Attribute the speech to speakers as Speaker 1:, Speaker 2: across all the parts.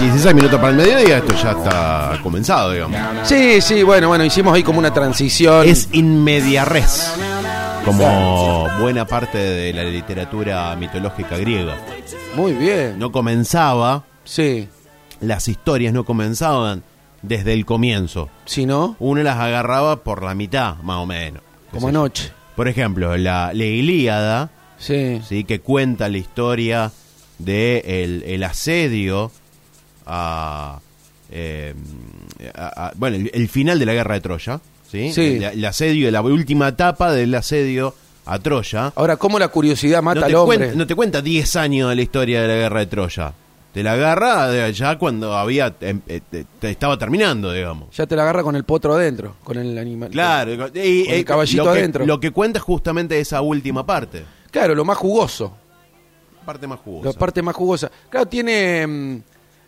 Speaker 1: 16 minutos para el mediodía, esto ya está comenzado, digamos.
Speaker 2: Sí, sí, bueno, bueno, hicimos ahí como una transición.
Speaker 1: Es inmedia res, como buena parte de la literatura mitológica griega.
Speaker 2: Muy bien.
Speaker 1: No comenzaba,
Speaker 2: Sí,
Speaker 1: las historias no comenzaban desde el comienzo.
Speaker 2: si no,
Speaker 1: Uno las agarraba por la mitad, más o menos.
Speaker 2: como anoche.
Speaker 1: Por ejemplo, la, la Ilíada,
Speaker 2: Sí.
Speaker 1: ¿sí? que cuenta la historia de el, el asedio a, eh, a- a- bueno el, el final de la guerra de Troya sí,
Speaker 2: Sí.
Speaker 1: El, el asedio la última etapa del asedio a Troya
Speaker 2: Ahora, ¿cómo la curiosidad mata
Speaker 1: no, te
Speaker 2: al hombre?
Speaker 1: cuenta, no te cuenta 10 años de la historia de la guerra de Troya te la agarra de ya cuando había em, eh, te- te estaba terminando digamos
Speaker 2: Ya te la agarra con el potro adentro, con el animal.
Speaker 1: claro y,
Speaker 2: Con el
Speaker 1: eh,
Speaker 2: caballito
Speaker 1: lo que-
Speaker 2: adentro.
Speaker 1: lo que cuenta es justamente esa última parte
Speaker 2: Claro, lo más jugoso.
Speaker 1: parte más
Speaker 2: La
Speaker 1: jugosa
Speaker 2: parte más jugosa. Claro, tiene. mm,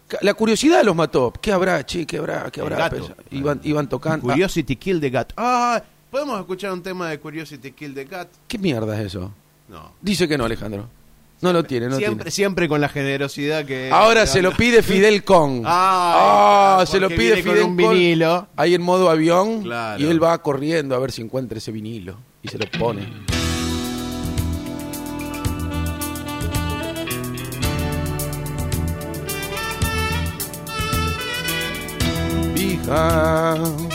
Speaker 2: ca- la curiosidad los mató. ¿Qué habrá, che? ¿Qué habrá? ¿Qué
Speaker 1: El
Speaker 2: habrá?
Speaker 1: gato.
Speaker 2: Pero Iban, iban tocando. Ah,
Speaker 1: Curiosity Kill the Cat. Ah, ¿podemos escuchar un tema de Curiosity Kill the Cat?
Speaker 2: Ah, ¿Qué mierda es eso?
Speaker 1: No.
Speaker 2: Dice que no, Alejandro. No lo tiene, no
Speaker 1: siempre,
Speaker 2: tiene.
Speaker 1: siempre con la generosidad que.
Speaker 2: Eh, Ahora se lo pide Fidel Kong.
Speaker 1: Ah,
Speaker 2: Ah,
Speaker 1: porque
Speaker 2: se lo pide
Speaker 1: viene con
Speaker 2: Fidel
Speaker 1: un
Speaker 2: Kong.
Speaker 1: vinilo.
Speaker 2: Ahí en modo avión.
Speaker 1: Claro.
Speaker 2: Y él va corriendo a ver si encuentra ese vinilo. Y se lo pone. Behind.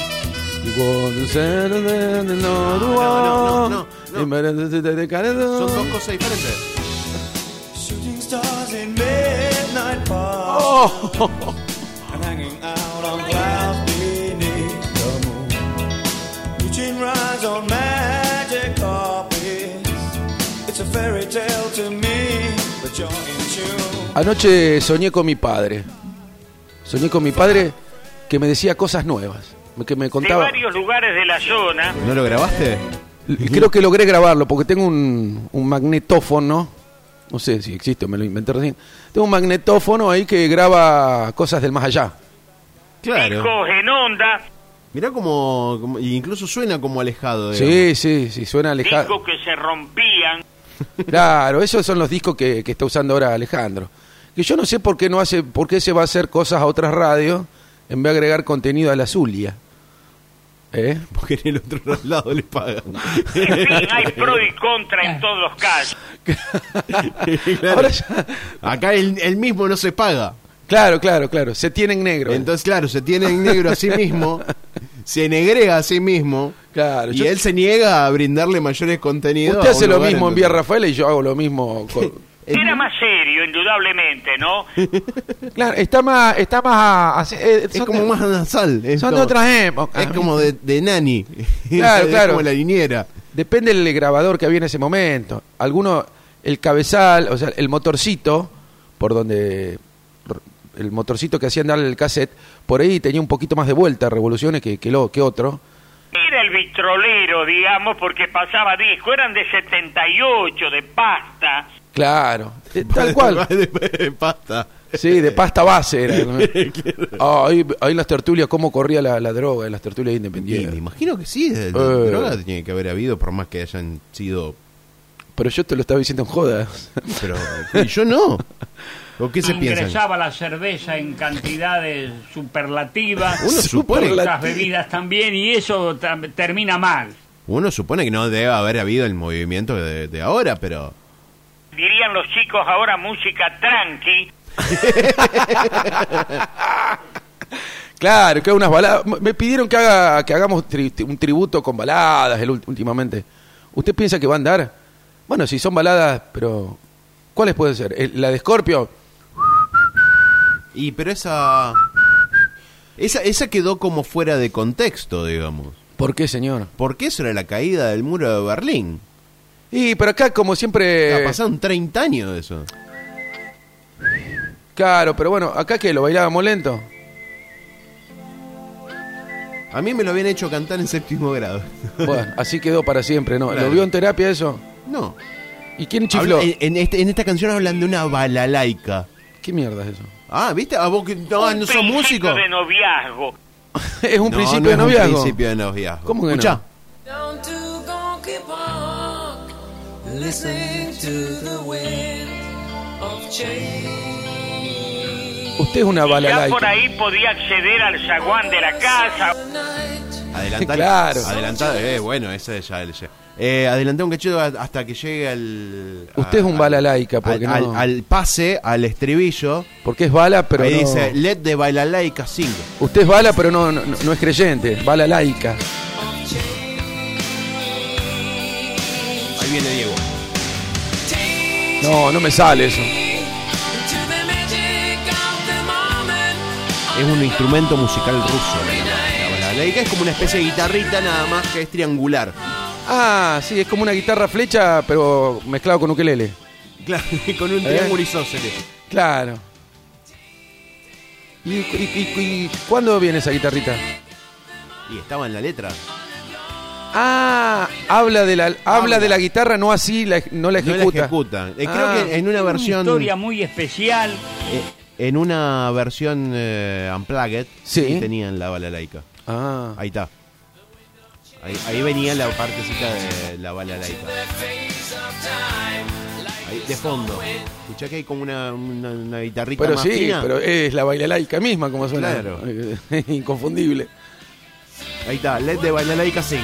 Speaker 2: You want to send it in the north
Speaker 1: no, no, no,
Speaker 2: wall.
Speaker 1: no.
Speaker 2: In my-
Speaker 1: Son dos cosas diferentes.
Speaker 3: Shooting stars in midnight bars
Speaker 2: Oh,
Speaker 3: and hanging out on clouds beneath the moon. Reaching rides on magic carpets. It's a fairy tale to me, but you're in tune.
Speaker 2: Anoche soñé con mi padre. Soñé con mi padre que me decía cosas nuevas. Que me
Speaker 4: de
Speaker 2: contaba.
Speaker 4: varios lugares de la zona.
Speaker 1: ¿No lo grabaste?
Speaker 2: Y Creo que logré grabarlo porque tengo un, un magnetófono. No sé si existe, me lo inventé recién. Tengo un magnetófono ahí que graba cosas del más allá.
Speaker 1: Claro.
Speaker 4: Discos en onda,
Speaker 1: Mirá como, como- Incluso suena como alejado. digamos.
Speaker 2: Sí, sí, sí, suena
Speaker 4: discos
Speaker 2: Alejandro.
Speaker 4: que se rompían.
Speaker 2: Claro, esos son los discos que, que está usando ahora Alejandro. Que yo no sé por qué no hace, por qué se va a hacer cosas a otras radios en vez de agregar contenido a la Zulia. ¿Eh?
Speaker 1: Porque en el otro lado le pagan.
Speaker 4: En fin, hay pro y contra en todos los casos.
Speaker 1: Claro.
Speaker 2: Ahora ya-
Speaker 1: Acá el, el mismo no se paga.
Speaker 2: Claro, claro, claro. Se tiene en negro.
Speaker 1: Entonces, claro, se tiene en negro a sí mismo, se negrega a sí mismo,
Speaker 2: Claro,
Speaker 1: y
Speaker 2: yo-
Speaker 1: él se niega a brindarle mayores contenidos.
Speaker 2: Usted
Speaker 1: a
Speaker 2: hace
Speaker 1: un
Speaker 2: lo
Speaker 1: lugar
Speaker 2: mismo en
Speaker 1: donde-
Speaker 2: Vía Rafaela y yo hago lo mismo con,
Speaker 1: Eh,
Speaker 4: Era más serio, indudablemente, ¿no?
Speaker 2: Claro, está más, está más, a- a- eh,
Speaker 1: Es
Speaker 2: son
Speaker 1: como
Speaker 2: de-
Speaker 1: más nasal. es
Speaker 2: son de
Speaker 1: como-
Speaker 2: otras épocas.
Speaker 1: Es como de, de nani.
Speaker 2: Claro,
Speaker 1: es
Speaker 2: claro.
Speaker 1: como la liniera.
Speaker 2: Depende del grabador que había en ese momento. Alguno, el cabezal, o sea, el motorcito, por donde r- el motorcito que hacían darle el cassette, por ahí tenía un poquito más de vuelta, revoluciones que, que, lo, que otro.
Speaker 4: Era el vitrolero, digamos, porque pasaba disco. Eran de 78, de pasta.
Speaker 2: Claro, eh, tal cual.
Speaker 1: De pasta.
Speaker 2: Sí, de pasta base era. ¿no? Ah, ahí, ahí en las tertulias, cómo corría la, la droga en las tertulias
Speaker 1: Y me
Speaker 2: independientes.
Speaker 1: imagino que sí. de- de
Speaker 2: Eh.
Speaker 1: Droga tiene que haber habido, por más que hayan sido.
Speaker 2: Pero yo te lo estaba diciendo en joda.
Speaker 1: Pero. Y yo no. ¿O qué se piensan?
Speaker 5: ingresaba la cerveza en cantidades superlativas,
Speaker 1: Uno supone,
Speaker 2: Superla-
Speaker 5: las bebidas también, y eso tam- termina mal.
Speaker 1: uno supone que no debe haber habido el movimiento de, de ahora, pero.
Speaker 4: Dirían los chicos ahora música tranqui.
Speaker 2: Claro, que haga unas baladas. M- Me pidieron que haga que hagamos tri- un tributo con baladas el ult- últimamente. ¿Usted piensa que va a andar? Bueno, si son baladas, pero ¿cuáles pueden ser? El- La de Scorpio,
Speaker 1: Y pero esa. Esa, esa quedó como fuera de contexto, digamos.
Speaker 2: ¿por qué, señor?
Speaker 1: Porque eso era la caída del muro de Berlín.
Speaker 2: Y pero acá como
Speaker 1: Ya
Speaker 2: siempre
Speaker 1: pasaron 30 años de eso.
Speaker 2: Claro, pero bueno, acá que lo bailábamos lento.
Speaker 1: A mí me lo habían hecho cantar en séptimo grado.
Speaker 2: Bueno, así quedó para siempre, ¿no?
Speaker 1: Claro.
Speaker 2: ¿Lo vio en terapia eso?
Speaker 1: No.
Speaker 2: ¿Y quién chifló?
Speaker 1: Habla- en, en este- en esta canción hablan de una balalaica.
Speaker 2: ¿Qué mierda es eso?
Speaker 1: Ah, ¿viste? A vos que no,
Speaker 4: Un
Speaker 1: no sos
Speaker 4: principio
Speaker 1: músico.
Speaker 4: de noviazgo.
Speaker 2: es un
Speaker 1: No,
Speaker 2: principio
Speaker 1: no
Speaker 2: de
Speaker 1: es
Speaker 2: noviazgo.
Speaker 1: Un principio de noviazgo.
Speaker 2: ¿Cómo que no?
Speaker 1: Escuchá.
Speaker 6: Down to Gonky Park, listening to the wind of change.
Speaker 2: Usted es una
Speaker 4: Y ya por
Speaker 2: balalaika.
Speaker 4: ahí podía acceder al zaguán de la casa.
Speaker 1: Adelantar,
Speaker 2: Claro.
Speaker 1: adelantar, eh, bueno, ese ya el- ya- eh, adelantar un cachito a- hasta que llegue al.
Speaker 2: Usted es un balalaica, porque
Speaker 1: al,
Speaker 2: no-
Speaker 1: al- al pase, al estribillo.
Speaker 2: Porque es bala, pero
Speaker 1: ahí
Speaker 2: no-
Speaker 1: dice LED de balalaica 5.
Speaker 2: Usted es bala, pero no, no, no es creyente. Bala laica.
Speaker 1: Ahí viene Diego.
Speaker 2: No, no me sale eso.
Speaker 1: Es un instrumento musical ruso. La balalaica es como una especie de guitarrita nada más que es triangular.
Speaker 2: Ah, sí, es como una guitarra flecha, pero mezclado con ukelele.
Speaker 1: Claro, con
Speaker 2: ¿Eh?
Speaker 1: un triángulo isósceles.
Speaker 2: Claro. ¿Y, y- y- y cuándo viene esa guitarrita?
Speaker 1: Y estaba en la letra.
Speaker 2: Ah, habla de la, habla, de la guitarra, no así, la- no la
Speaker 1: No
Speaker 2: ejecuta.
Speaker 1: la ejecutan. Eh,
Speaker 2: Ah.
Speaker 1: Creo que en una versión.
Speaker 5: Una historia muy especial.
Speaker 1: eh, en una versión eh, Unplugged,
Speaker 2: Sí.
Speaker 1: sí tenían la balalaica.
Speaker 2: Ah.
Speaker 1: Ahí está. Ahí, ahí venía la partecita de la bala laica. Ahí, de fondo. Escuchá que hay como una, una, una guitarrita
Speaker 2: Pero
Speaker 1: más
Speaker 2: sí,
Speaker 1: fina.
Speaker 2: pero es la baila laica misma como suena.
Speaker 1: Claro.
Speaker 2: Es inconfundible.
Speaker 1: Ahí está, LED de bala laica 5.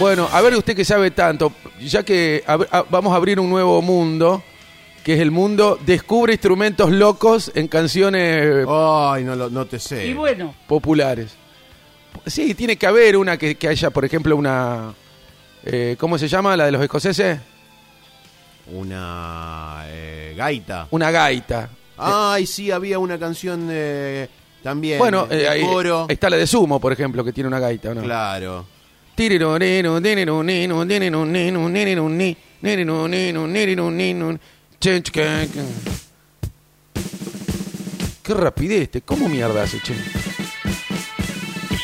Speaker 2: Bueno, a ver usted que sabe tanto, ya que ab- a- vamos a abrir un nuevo mundo, que es el mundo descubre instrumentos locos en canciones
Speaker 1: Ay, no, lo- no te sé.
Speaker 5: Y bueno,
Speaker 2: populares. Sí, tiene que haber una que, que haya, por ejemplo, una... eh, ¿Cómo se llama? ¿La de los escoceses?
Speaker 1: Una eh, gaita.
Speaker 2: Una gaita.
Speaker 1: Ay, sí, había una canción eh, también.
Speaker 2: bueno,
Speaker 1: de
Speaker 2: eh, ahí-
Speaker 1: coro.
Speaker 2: ahí está la de Sumo, por ejemplo, que tiene una gaita, ¿o ¿no?
Speaker 1: Claro.
Speaker 2: Tirirurinu, diriruninu, diriruninu, niriruni, niriruninu, niriruninu, chinchquenquen. Qué rapidez este, ¿cómo mierda hace, che?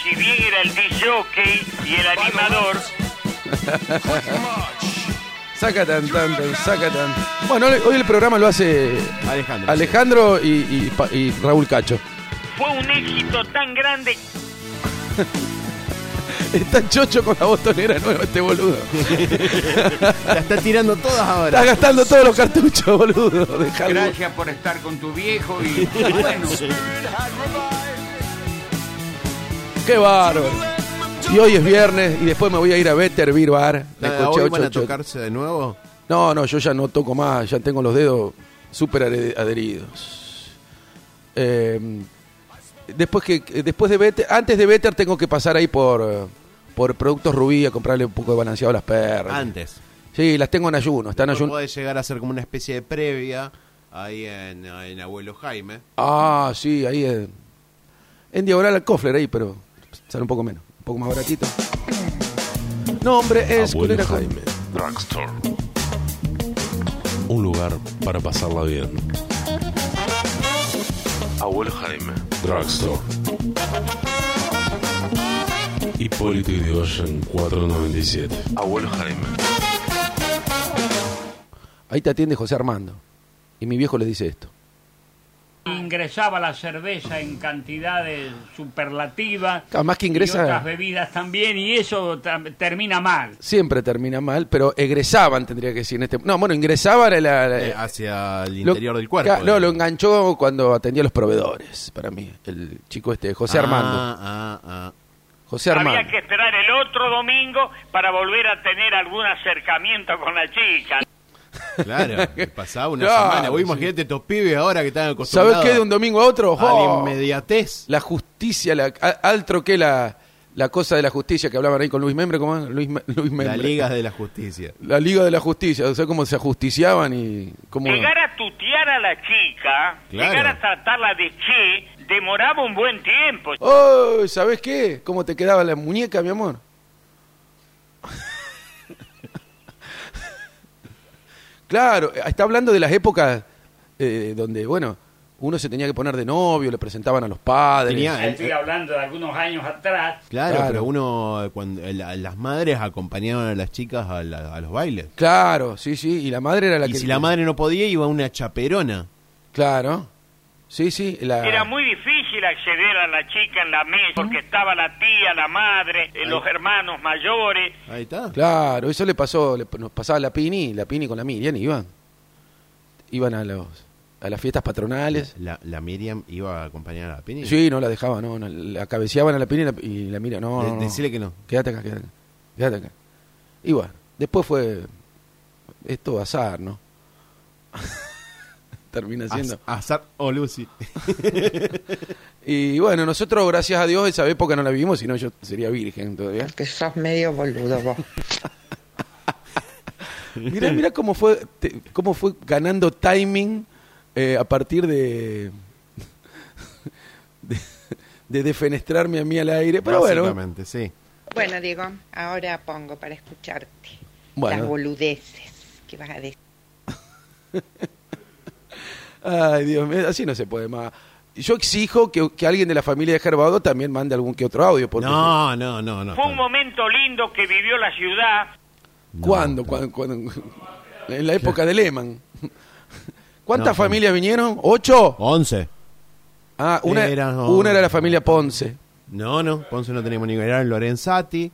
Speaker 4: Si bien era el DJ y el animador,
Speaker 2: Saca tan tan tan, saca tan. Bueno, hoy- hoy el programa lo hace
Speaker 1: Alejandro.
Speaker 2: Alejandro y, y Pa- y Raúl Cacho.
Speaker 4: fue un éxito tan grande
Speaker 2: Está chocho con la botonera nueva este boludo.
Speaker 1: La está tirando todas
Speaker 2: Está
Speaker 1: ahora.
Speaker 2: gastando todos los cartuchos, boludo. Dejalo.
Speaker 5: gracias por estar con tu viejo y bueno,
Speaker 2: Qué bárbaro. Y hoy es viernes y después me voy a ir a Better Beer Bar. La
Speaker 1: Ah,
Speaker 2: escuché
Speaker 1: Hoy van a
Speaker 2: 888.
Speaker 1: tocarse de nuevo.
Speaker 2: No, no, yo ya no toco más, ya tengo los dedos súper are- adheridos. Eh, después que después de Better, antes de Better tengo que pasar ahí por eh, por productos Rubí a comprarle un poco de balanceado a las perras.
Speaker 1: Antes.
Speaker 2: Sí, las tengo en ayuno, están en ayuno.
Speaker 1: Puede llegar a ser como una especie de previa ahí en, en Abuelo Jaime.
Speaker 2: Ah, sí, ahí en, en diagonal al cofler ahí, pero sale un poco menos, un poco más baratito. Nombre es
Speaker 7: Abuelo
Speaker 2: Culera con-
Speaker 7: Jaime Drugstore. Un lugar para pasarla bien. Abuelo Jaime Drugstore. Hipólito Yrigoyen 497. Abuelo Jaime.
Speaker 2: Ahí te atiende José Armando. Y mi viejo le dice esto.
Speaker 5: ingresaba la cerveza en cantidades superlativas.
Speaker 2: Claro, más que ingresa-
Speaker 5: Y otras bebidas también, y eso tam- termina mal.
Speaker 2: siempre termina mal, pero egresaban, tendría que decir. En este, no, bueno, ingresaban en la, la-
Speaker 1: Eh, hacia el
Speaker 2: lo-
Speaker 1: interior del cuerpo. eh.
Speaker 2: ca- No, lo
Speaker 1: digamos.
Speaker 2: enganchó cuando atendía a los proveedores, para mí, el chico este, José Armando.
Speaker 1: Ah, ah, ah.
Speaker 2: José Armando.
Speaker 4: había que esperar el otro domingo para volver a tener algún acercamiento con la chica.
Speaker 1: Claro, pasaba una
Speaker 2: Claro,
Speaker 1: semana. Vos
Speaker 2: sí.
Speaker 1: imagínate estos pibes ahora que están acostumbrados.
Speaker 2: ¿Sabes qué? De un domingo a otro, ¡oh! ¡jo!
Speaker 1: A la inmediatez.
Speaker 2: la justicia, la, a- al troqué la, la cosa de la justicia que hablaban ahí con Luis Membre, ¿cómo es? Luis, Me- Luis
Speaker 1: La
Speaker 2: Membre.
Speaker 1: Liga de la Justicia.
Speaker 2: La Liga de la Justicia, o sea, cómo se ajusticiaban y cómo...
Speaker 4: Llegar a tutear a la chica,
Speaker 1: Claro.
Speaker 4: llegar a tratarla de che, demoraba un buen tiempo.
Speaker 2: ¡Oh! ¿Sabes qué? ¿Cómo te quedaba la muñeca, mi amor? claro, está hablando de las épocas eh, donde, bueno, uno se tenía que poner de novio, le presentaban a los padres.
Speaker 1: Tenía-
Speaker 5: Estoy hablando de algunos años atrás.
Speaker 1: Claro,
Speaker 2: Claro.
Speaker 1: pero uno, eh, cuando eh, la- las madres acompañaban a las chicas a, la- a los bailes.
Speaker 2: Claro, sí, sí, y la madre era la
Speaker 1: Y
Speaker 2: que...
Speaker 1: si la madre no podía, iba una chaperona.
Speaker 2: Claro, sí, sí,
Speaker 1: Ah.
Speaker 2: la...
Speaker 4: Era muy difícil acceder a la chica en la mesa porque estaba la tía, la madre, eh, los hermanos mayores.
Speaker 1: Ahí está.
Speaker 2: Claro, eso le pasó, le- nos pasaba la Pini, la Pini con la Miriam, iban. Iban a los a las fiestas patronales.
Speaker 1: La, la Miriam iba a acompañar a la Pini.
Speaker 2: Sí, no la dejaba, no, no, la cabeceaban a la pina y la, y la mira, no,
Speaker 1: De-
Speaker 2: no, no.
Speaker 1: decile que no.
Speaker 2: Quédate acá, quédate acá. Quédate acá. Y bueno, después fue esto azar, ¿no? Termina siendo.
Speaker 1: Az- Azar o Lucy.
Speaker 2: Y bueno, nosotros, gracias a Dios, esa época no la vivimos, si no yo sería virgen todavía.
Speaker 8: Que sos medio boludo vos.
Speaker 2: Mirá, mirá cómo fue, te- cómo fue ganando timing eh, a partir de, de de defenestrarme a mí al aire. Pero bueno,
Speaker 1: Básicamente, sí.
Speaker 8: Bueno, Diego, ahora pongo para escucharte
Speaker 2: Bueno.
Speaker 8: las boludeces que vas a decir.
Speaker 2: ay Dios mío, así no se puede más. Yo exijo que, que alguien de la familia de Gerbado también mande algún que otro audio. Porque
Speaker 1: No, no, no, no.
Speaker 4: Fue un momento lindo que vivió la ciudad.
Speaker 2: ¿Cuándo? ¿Cuándo? ¿Cuándo? En la época de Lehman. ¿Cuántas
Speaker 1: No,
Speaker 2: familias vinieron? ¿Ocho?
Speaker 1: 11.
Speaker 2: Ah, una
Speaker 1: Eran
Speaker 2: una era la
Speaker 1: once.
Speaker 2: familia Ponce.
Speaker 1: No, no, Ponce no teníamos ni Eran Lorenzati.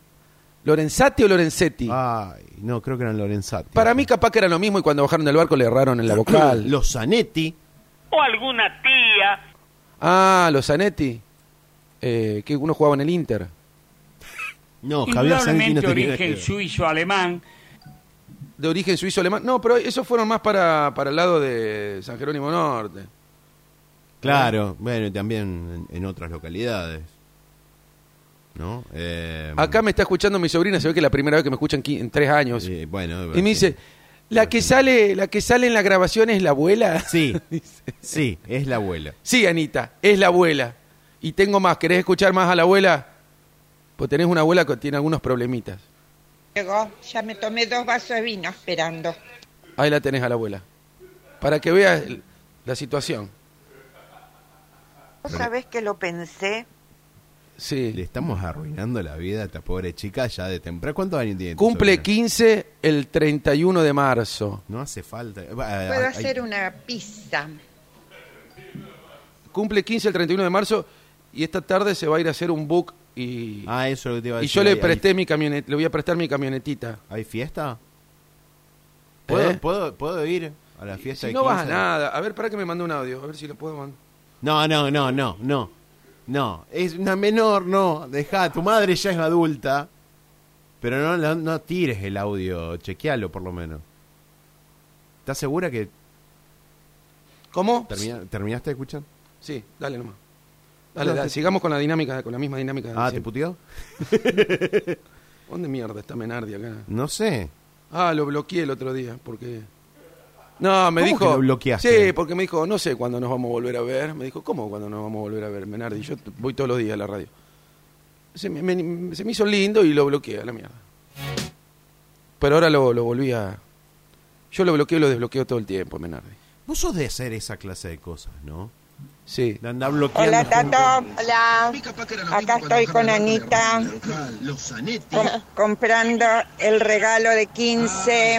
Speaker 2: ¿Lorenzati o Lorenzetti?
Speaker 1: Ay, no, creo que eran Lorenzati.
Speaker 2: Para mí capaz que era lo mismo y cuando bajaron del barco le erraron en la vocal.
Speaker 1: Los Zanetti.
Speaker 4: O alguna tía.
Speaker 2: Ah, los Zanetti. Eh, que uno jugaba en el Inter.
Speaker 1: No, Javier Zanetti no
Speaker 5: Indudablemente
Speaker 1: tenía nada que
Speaker 5: origen
Speaker 1: ver.
Speaker 5: suizo-alemán.
Speaker 2: De origen suizo-alemán. No, pero esos fueron más para, para el lado de San Jerónimo Norte.
Speaker 1: Claro, bueno, y también en, en otras localidades. ¿No? Eh,
Speaker 2: Acá me está escuchando mi sobrina, se ve que es la primera vez que me escuchan en tres años.
Speaker 1: eh, bueno,
Speaker 2: y me dice, la que sale, la que sale en la grabación es la abuela.
Speaker 1: Sí, sí, es la abuela.
Speaker 2: Sí, Anita, es la abuela. Y tengo más, ¿querés escuchar más a la abuela? Pues tenés una abuela que tiene algunos problemitas.
Speaker 8: Diego, ya me tomé dos vasos de vino esperando.
Speaker 2: Ahí la tenés a la abuela. Para que veas el- la situación.
Speaker 9: ¿Vos sabés que lo
Speaker 1: Le
Speaker 9: pensé?
Speaker 2: Sí.
Speaker 1: estamos arruinando la vida a esta pobre chica ya de temprano. ¿Cuántos años tiene? tu
Speaker 2: Cumple
Speaker 1: sobrina?
Speaker 2: 15 el 31 de marzo.
Speaker 1: No hace falta. eh,
Speaker 8: Puedo
Speaker 1: hay-
Speaker 8: hacer una pizza.
Speaker 2: Cumple 15 el 31 de marzo y esta tarde se va a ir a hacer un book y,
Speaker 1: Ah, eso es lo que te iba a
Speaker 2: y
Speaker 1: decir.
Speaker 2: yo le
Speaker 1: ¿Hay-
Speaker 2: presté mi camioneta, le voy a prestar mi camionetita.
Speaker 1: ¿Hay, hay fiesta? ¿Puedo,
Speaker 2: ¿Eh?
Speaker 1: puedo, ¿Puedo ir a la fiesta
Speaker 2: Si
Speaker 1: de
Speaker 2: no vas a
Speaker 1: 15?
Speaker 2: nada. A ver, para que me mande un audio, a ver si lo puedo mandar.
Speaker 1: No, no, no, no, no. No, es una menor, no. Deja, tu madre ya es adulta. Pero no, no, no tires el audio, chequealo por lo menos. ¿Estás segura que
Speaker 2: ¿Cómo?
Speaker 1: termina- terminaste de escuchar?
Speaker 2: Sí, dale nomás. Dale,
Speaker 1: No,
Speaker 2: dale,
Speaker 1: te-
Speaker 2: sigamos con la dinámica, con la misma dinámica. de
Speaker 1: Ah, ¿te
Speaker 2: siempre.
Speaker 1: puteó?
Speaker 2: ¿Dónde mierda está Menardi acá?
Speaker 1: No sé.
Speaker 2: Ah, lo bloqueé el otro día, porque... No, me
Speaker 1: ¿Cómo
Speaker 2: dijo...
Speaker 1: que lo bloqueaste?
Speaker 2: Sí, porque me dijo, no sé cuándo nos vamos a volver a ver. Me dijo, ¿cómo cuándo nos vamos a volver a ver, Menardi? Yo t- voy todos los días a la radio. Se me, me- se me hizo lindo y lo bloqueé a la mierda. Pero ahora lo, lo volví a... Yo lo bloqueo y lo desbloqueo todo el tiempo, Menardi.
Speaker 1: Vos sos de hacer esa clase de cosas, ¿no?
Speaker 2: Sí.
Speaker 1: De andar bloqueando.
Speaker 9: Hola, Tato. Hola. Acá estoy con Anita com- comprando el regalo de 15.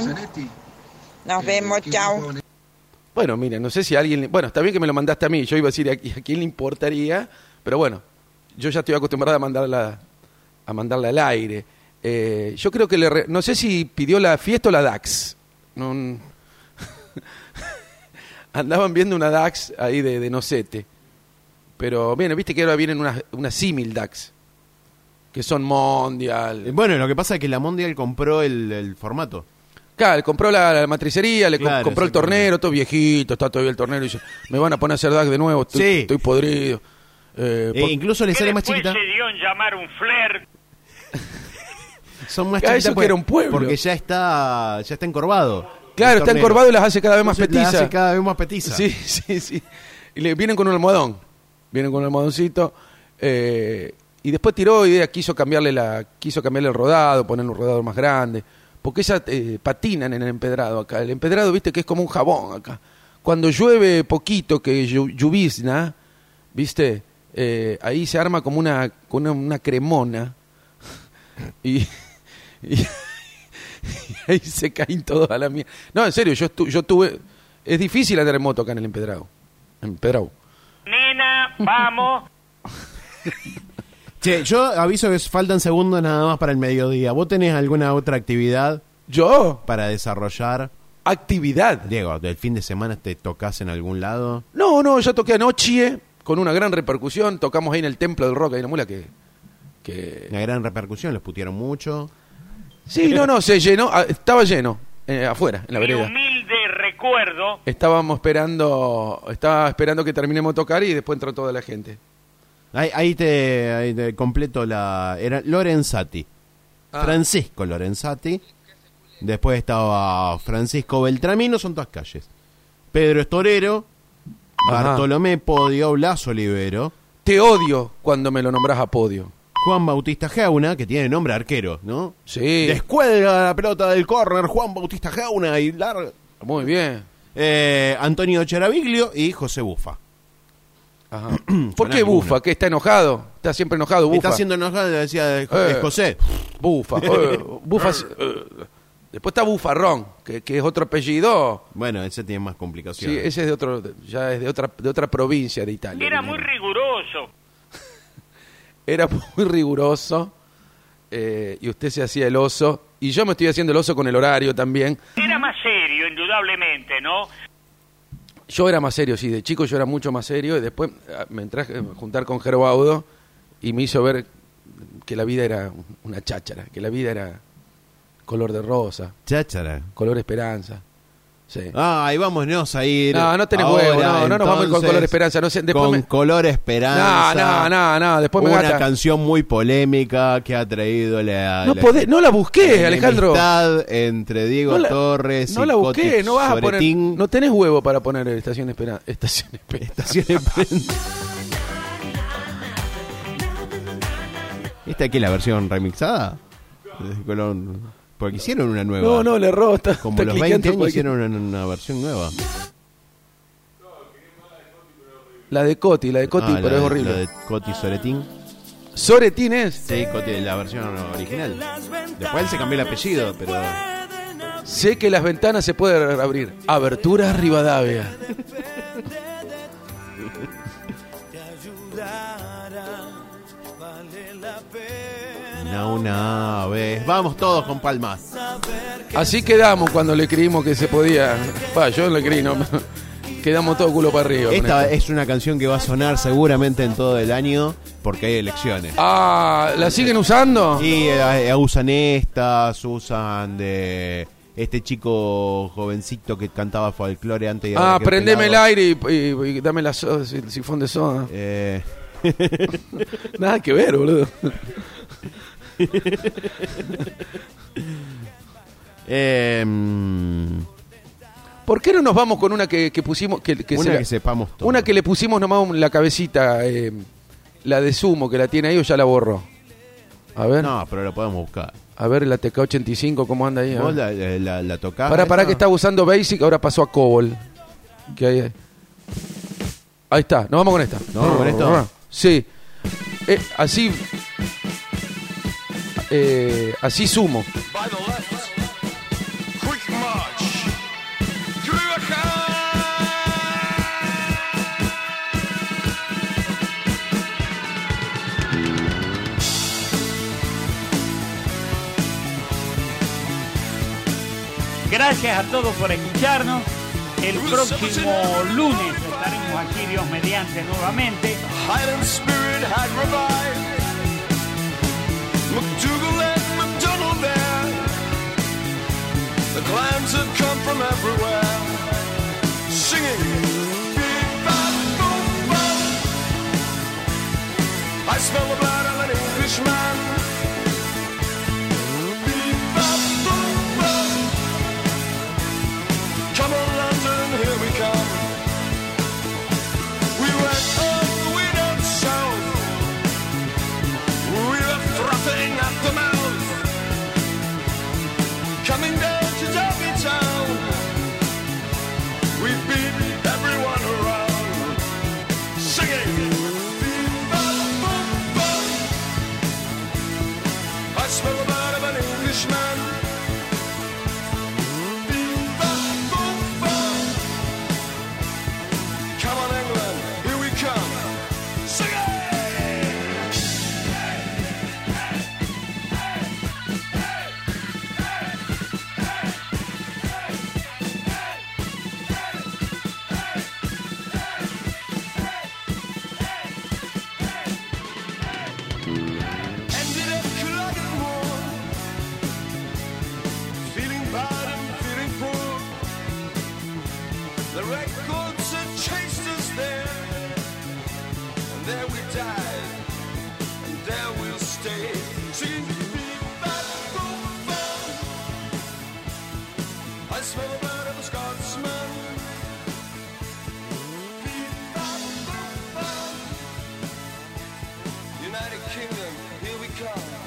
Speaker 9: Nos vemos, chao.
Speaker 2: Bueno, mira, no sé si alguien... le- Bueno, está bien que me lo mandaste a mí. Yo iba a decir a, qui- a quién le importaría, pero bueno, yo ya estoy acostumbrada a mandarla, a mandarla al aire. Eh, yo creo que le... re- No sé si pidió la fiesta o la DAX. No, n- Andaban viendo una DAX ahí de, de Nocete. Pero, bueno, viste que ahora vienen unas, unas símil DAX, que son
Speaker 1: Eh,
Speaker 2: Mondial.
Speaker 1: Bueno, lo que pasa es que la Mondial compró el, el formato.
Speaker 2: Claro, le compró la, la matricería, le co-
Speaker 1: Claro,
Speaker 2: compró el
Speaker 1: exactamente.
Speaker 2: tornero, todo viejito, está todavía el tornero y dice, me van a poner a hacer DAC de nuevo, estoy,
Speaker 1: Sí.
Speaker 2: estoy podrido. Eh,
Speaker 1: Eh,
Speaker 2: por-
Speaker 1: incluso le
Speaker 4: Que
Speaker 1: sale más
Speaker 4: después
Speaker 1: chiquita.
Speaker 4: se dio en llamar un flair.
Speaker 1: Son más
Speaker 2: Ah,
Speaker 1: chiquitas.
Speaker 2: eso que
Speaker 1: porque-
Speaker 2: era un pueblo.
Speaker 1: Porque ya está, ya está encorvado.
Speaker 2: claro,
Speaker 1: el
Speaker 2: está
Speaker 1: tornero.
Speaker 2: encorvado y las hace cada vez más
Speaker 1: Entonces la
Speaker 2: petizas.
Speaker 1: hace cada vez más petiza.
Speaker 2: Sí, sí, sí. Y le vienen con un almohadón, vienen con un almohadoncito. eh, y después tiró idea, quiso cambiarle la, quiso cambiarle el rodado, ponerle un rodado más grande, porque ellas eh, patinan en el empedrado acá. El empedrado, viste, que es como un jabón acá. Cuando llueve poquito, que llu- llovizna, viste, Eh, ahí se arma como una, como una, una cremona. Y, y- y ahí se caen todos a la mierda. No, en serio, yo, estu- yo tuve... Es difícil andar en moto acá en el empedrado. Empedrado.
Speaker 4: Nena, vamos.
Speaker 1: Che, yo aviso que faltan segundos nada más para el mediodía. ¿Vos tenés alguna otra actividad
Speaker 2: ¿Yo?
Speaker 1: para desarrollar?
Speaker 2: actividad.
Speaker 1: Diego, ¿del fin de semana te tocas en algún lado?
Speaker 2: No, no, yo toqué anoche con una gran repercusión. Tocamos ahí en el Templo del Rock, ahí en la mula que. que...
Speaker 1: Una gran repercusión, los putearon mucho.
Speaker 2: Sí, no, no, se llenó, ah, estaba lleno, eh, afuera, en la
Speaker 4: Mi
Speaker 2: vereda.
Speaker 4: humilde recuerdo,
Speaker 2: Estábamos esperando, estaba esperando que terminemos de tocar y después entró toda la gente.
Speaker 1: Ahí, ahí te, ahí te completo la... Era Lorenzati.
Speaker 2: Ah.
Speaker 1: Francisco Lorenzati. Después estaba Francisco Beltramino, son todas calles. Pedro Estorero.
Speaker 2: Ajá.
Speaker 1: Bartolomé Podio, Blas Olivero.
Speaker 2: Te odio cuando me lo nombras a podio.
Speaker 1: Juan Bautista Jauna, que tiene nombre arquero, ¿no?
Speaker 2: Sí.
Speaker 1: Descuelga la pelota del córner Juan Bautista Jauna y larga...
Speaker 2: Muy bien.
Speaker 1: Eh, Antonio Cheraviglio y José Bufa.
Speaker 2: Ajá. ¿Por qué
Speaker 1: alguna.
Speaker 2: Bufa? ¿Qué está enojado? Está siempre enojado, Bufa.
Speaker 1: Está haciendo enojado, le decía, es
Speaker 2: Eh.
Speaker 1: José.
Speaker 2: Bufa. eh, Bufa. eh. Después está Bufarrón, que, que es otro apellido.
Speaker 1: Bueno, ese tiene más
Speaker 2: Sí,
Speaker 1: complicaciones.
Speaker 2: ese es de otro, ya es de otra, de otra provincia de Italia.
Speaker 4: era muy riguroso.
Speaker 2: Era muy riguroso. eh, y usted se hacía el oso. Y yo me estoy haciendo el oso con el horario también.
Speaker 4: Era más serio, indudablemente, ¿no?
Speaker 2: Yo era más serio, sí, de chico yo era mucho más serio. Y después ah, me traje a juntar con Gerbaudo y me hizo ver que la vida era una cháchara, que la vida era color de rosa,
Speaker 1: Cháchara.
Speaker 2: color esperanza. Sí.
Speaker 1: Ah, ahí vámonos a ir.
Speaker 2: No, no tenés huevo, no, no nos vamos a ir con Color Esperanza, no sé, después
Speaker 1: con
Speaker 2: me-
Speaker 1: Color Esperanza.
Speaker 2: No, no, no, no, después me
Speaker 1: Una
Speaker 2: gasta.
Speaker 1: canción muy polémica que ha traído la.
Speaker 2: No,
Speaker 1: la-
Speaker 2: podés- no la busqué,
Speaker 1: la
Speaker 2: Alejandro.
Speaker 1: enemistad entre Diego
Speaker 2: No la-
Speaker 1: Torres
Speaker 2: no
Speaker 1: y
Speaker 2: la busqué,
Speaker 1: Coti
Speaker 2: no vas a poner.
Speaker 1: Soretín.
Speaker 2: No tenés huevo para poner Estación Esperanza. Estación Esperanza.
Speaker 1: Estación Esperanza. ¿Esta aquí es la versión remixada? De Color- Porque hicieron una nueva.
Speaker 2: No, no, le erró. Está,
Speaker 1: Como
Speaker 2: está
Speaker 1: los
Speaker 2: cliqueando
Speaker 1: 20 años
Speaker 2: cualquier-
Speaker 1: hicieron una, una versión nueva.
Speaker 2: La de Coti, la de Coti,
Speaker 1: Ah, la
Speaker 2: pero es
Speaker 1: de-
Speaker 2: horrible.
Speaker 1: la de Coti Soretín.
Speaker 2: Soretín es.
Speaker 1: Sí, Coti, la versión original. Después él se cambió el apellido, pero.
Speaker 2: Sé que las ventanas se pueden abrir. Abertura Rivadavia.
Speaker 1: No, una vez. Vamos todos con palmas.
Speaker 2: Así quedamos cuando le creímos que se podía. Va, yo le creí, no. Quedamos todo culo para arriba. con
Speaker 1: Esta
Speaker 2: esto.
Speaker 1: es una canción que va a sonar seguramente en todo el año porque hay elecciones.
Speaker 2: Ah, ¿la siguen usando?
Speaker 1: Y eh, usan estas, usan de este chico jovencito que cantaba folclore antes. de
Speaker 2: Ah,
Speaker 1: haber que
Speaker 2: prendeme el
Speaker 1: pelado.
Speaker 2: aire y, y- y dame la soda, el sifón de soda.
Speaker 1: Eh,
Speaker 2: Nada que ver, boludo.
Speaker 1: eh,
Speaker 2: Em,
Speaker 1: mm,
Speaker 2: ¿Por qué no nos vamos con una que, que pusimos? Que, que se
Speaker 1: una
Speaker 2: la-
Speaker 1: que sepamos todo.
Speaker 2: una que le pusimos nomás en la cabecita, eh, la de Sumo, que la tiene ahí o ya la borró. A ver,
Speaker 1: No, pero la podemos buscar.
Speaker 2: a ver la TK85, ¿cómo anda ahí? A
Speaker 1: ¿Vos
Speaker 2: ver.
Speaker 1: la, la, la- la tocás?
Speaker 2: Pará, pará,
Speaker 1: esa?
Speaker 2: que estaba usando Basic, ahora pasó a Cobol. Que ahí, ahí está, nos vamos con esta. Ah.
Speaker 1: ¿Nos vamos con esto?
Speaker 2: Sí. Eh, así. eh, así sumo.
Speaker 3: by the left. Quick march. Kuriraka!
Speaker 5: Gracias a todos por escucharnos. El próximo lunes estaremos aquí, Dios mediante, nuevamente.
Speaker 3: Highland spirit had revived. McDougal and McDonald there. The clams had come from everywhere. Singing. "Beep-bop-boom-bop." I smell the blood of an Englishman. Beep-bop-boom-bop. Come on, London, here we come. We went up, we down south. We were frothing at the mouth. Coming down to Derby Town. We beat everyone around. Singing. "Beep-bop-boop-bop." I smell the blood of an Englishman. Beep-bop-boop-bop. Come on, England, here we come. Sing it! records that chased us there. And there we died, and there we'll stay. She's been back from fun. I smell the blood of a Scotsman. Been back from fun. United Kingdom, here we come.